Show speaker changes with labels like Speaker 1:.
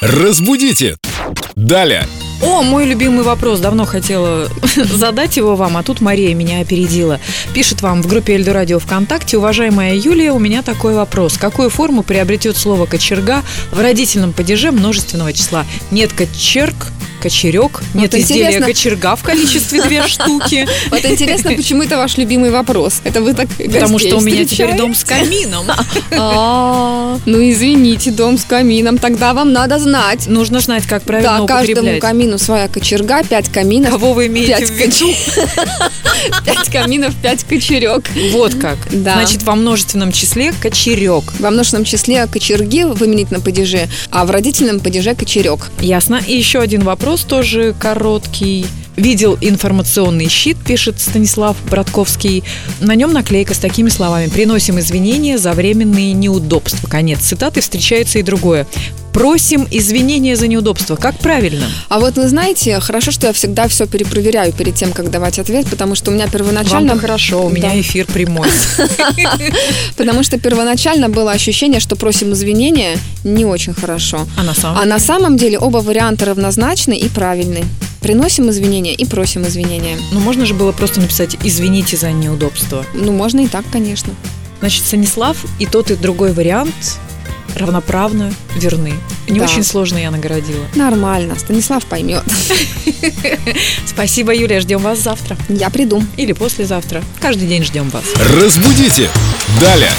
Speaker 1: Разбудите! Далее!
Speaker 2: О, мой любимый вопрос. Давно хотела задать его вам, а тут Мария меня опередила. Пишет вам в группе Эльду Радио ВКонтакте. Уважаемая Юлия, у меня такой вопрос. Какую форму приобретет слово «кочерга» в родительном падеже множественного числа? Нет кочерг, кочерек, нет изделия
Speaker 3: Ну, интересно.
Speaker 2: кочерга в количестве две штуки.
Speaker 3: Вот интересно, почему это ваш любимый вопрос? Это вы так
Speaker 2: Потому
Speaker 3: гостей
Speaker 2: что у меня теперь
Speaker 3: встречаете?
Speaker 2: дом с камином.
Speaker 3: А, Ну, извините, дом с камином. Тогда вам надо знать.
Speaker 2: Нужно знать, как правильно
Speaker 3: Да, каждому
Speaker 2: употреблять.
Speaker 3: камину своя кочерга, пять каминов,
Speaker 2: Кого вы имеете
Speaker 3: пять
Speaker 2: в виду?
Speaker 3: коч- пять каминов, пять кочерек.
Speaker 2: Вот как.
Speaker 3: Да.
Speaker 2: Значит, во множественном числе кочерек.
Speaker 3: Во множественном числе кочерги в именительном падеже, а в родительном падеже кочерек.
Speaker 2: Ясно. И еще один вопрос, тоже короткий. Видел информационный щит, пишет Станислав Братковский. На нем наклейка с такими словами. Приносим извинения за временные неудобства. Конец цитаты. Встречается и другое. Просим извинения за неудобства. Как правильно?
Speaker 3: А вот вы знаете, хорошо, что я всегда все перепроверяю перед тем, как давать ответ, потому что у меня первоначально...
Speaker 2: Вам-то хорошо, у
Speaker 3: Да.
Speaker 2: меня эфир прямой.
Speaker 3: Потому что первоначально было ощущение, что просим извинения не очень хорошо.
Speaker 2: А на самом
Speaker 3: А на самом деле оба варианта равнозначны и правильны. Приносим извинения и просим извинения.
Speaker 2: ну, можно же было просто написать «извините за неудобство».
Speaker 3: Ну, можно и так, конечно.
Speaker 2: Значит, Станислав и тот, и другой вариант равноправно верны. Не
Speaker 3: Да.
Speaker 2: очень сложно я нагородила.
Speaker 3: Нормально, Станислав поймет.
Speaker 2: Спасибо, Юлия. Ждем вас завтра.
Speaker 3: Я приду.
Speaker 2: Или послезавтра. Каждый день ждем вас.
Speaker 1: Разбудите! Далее!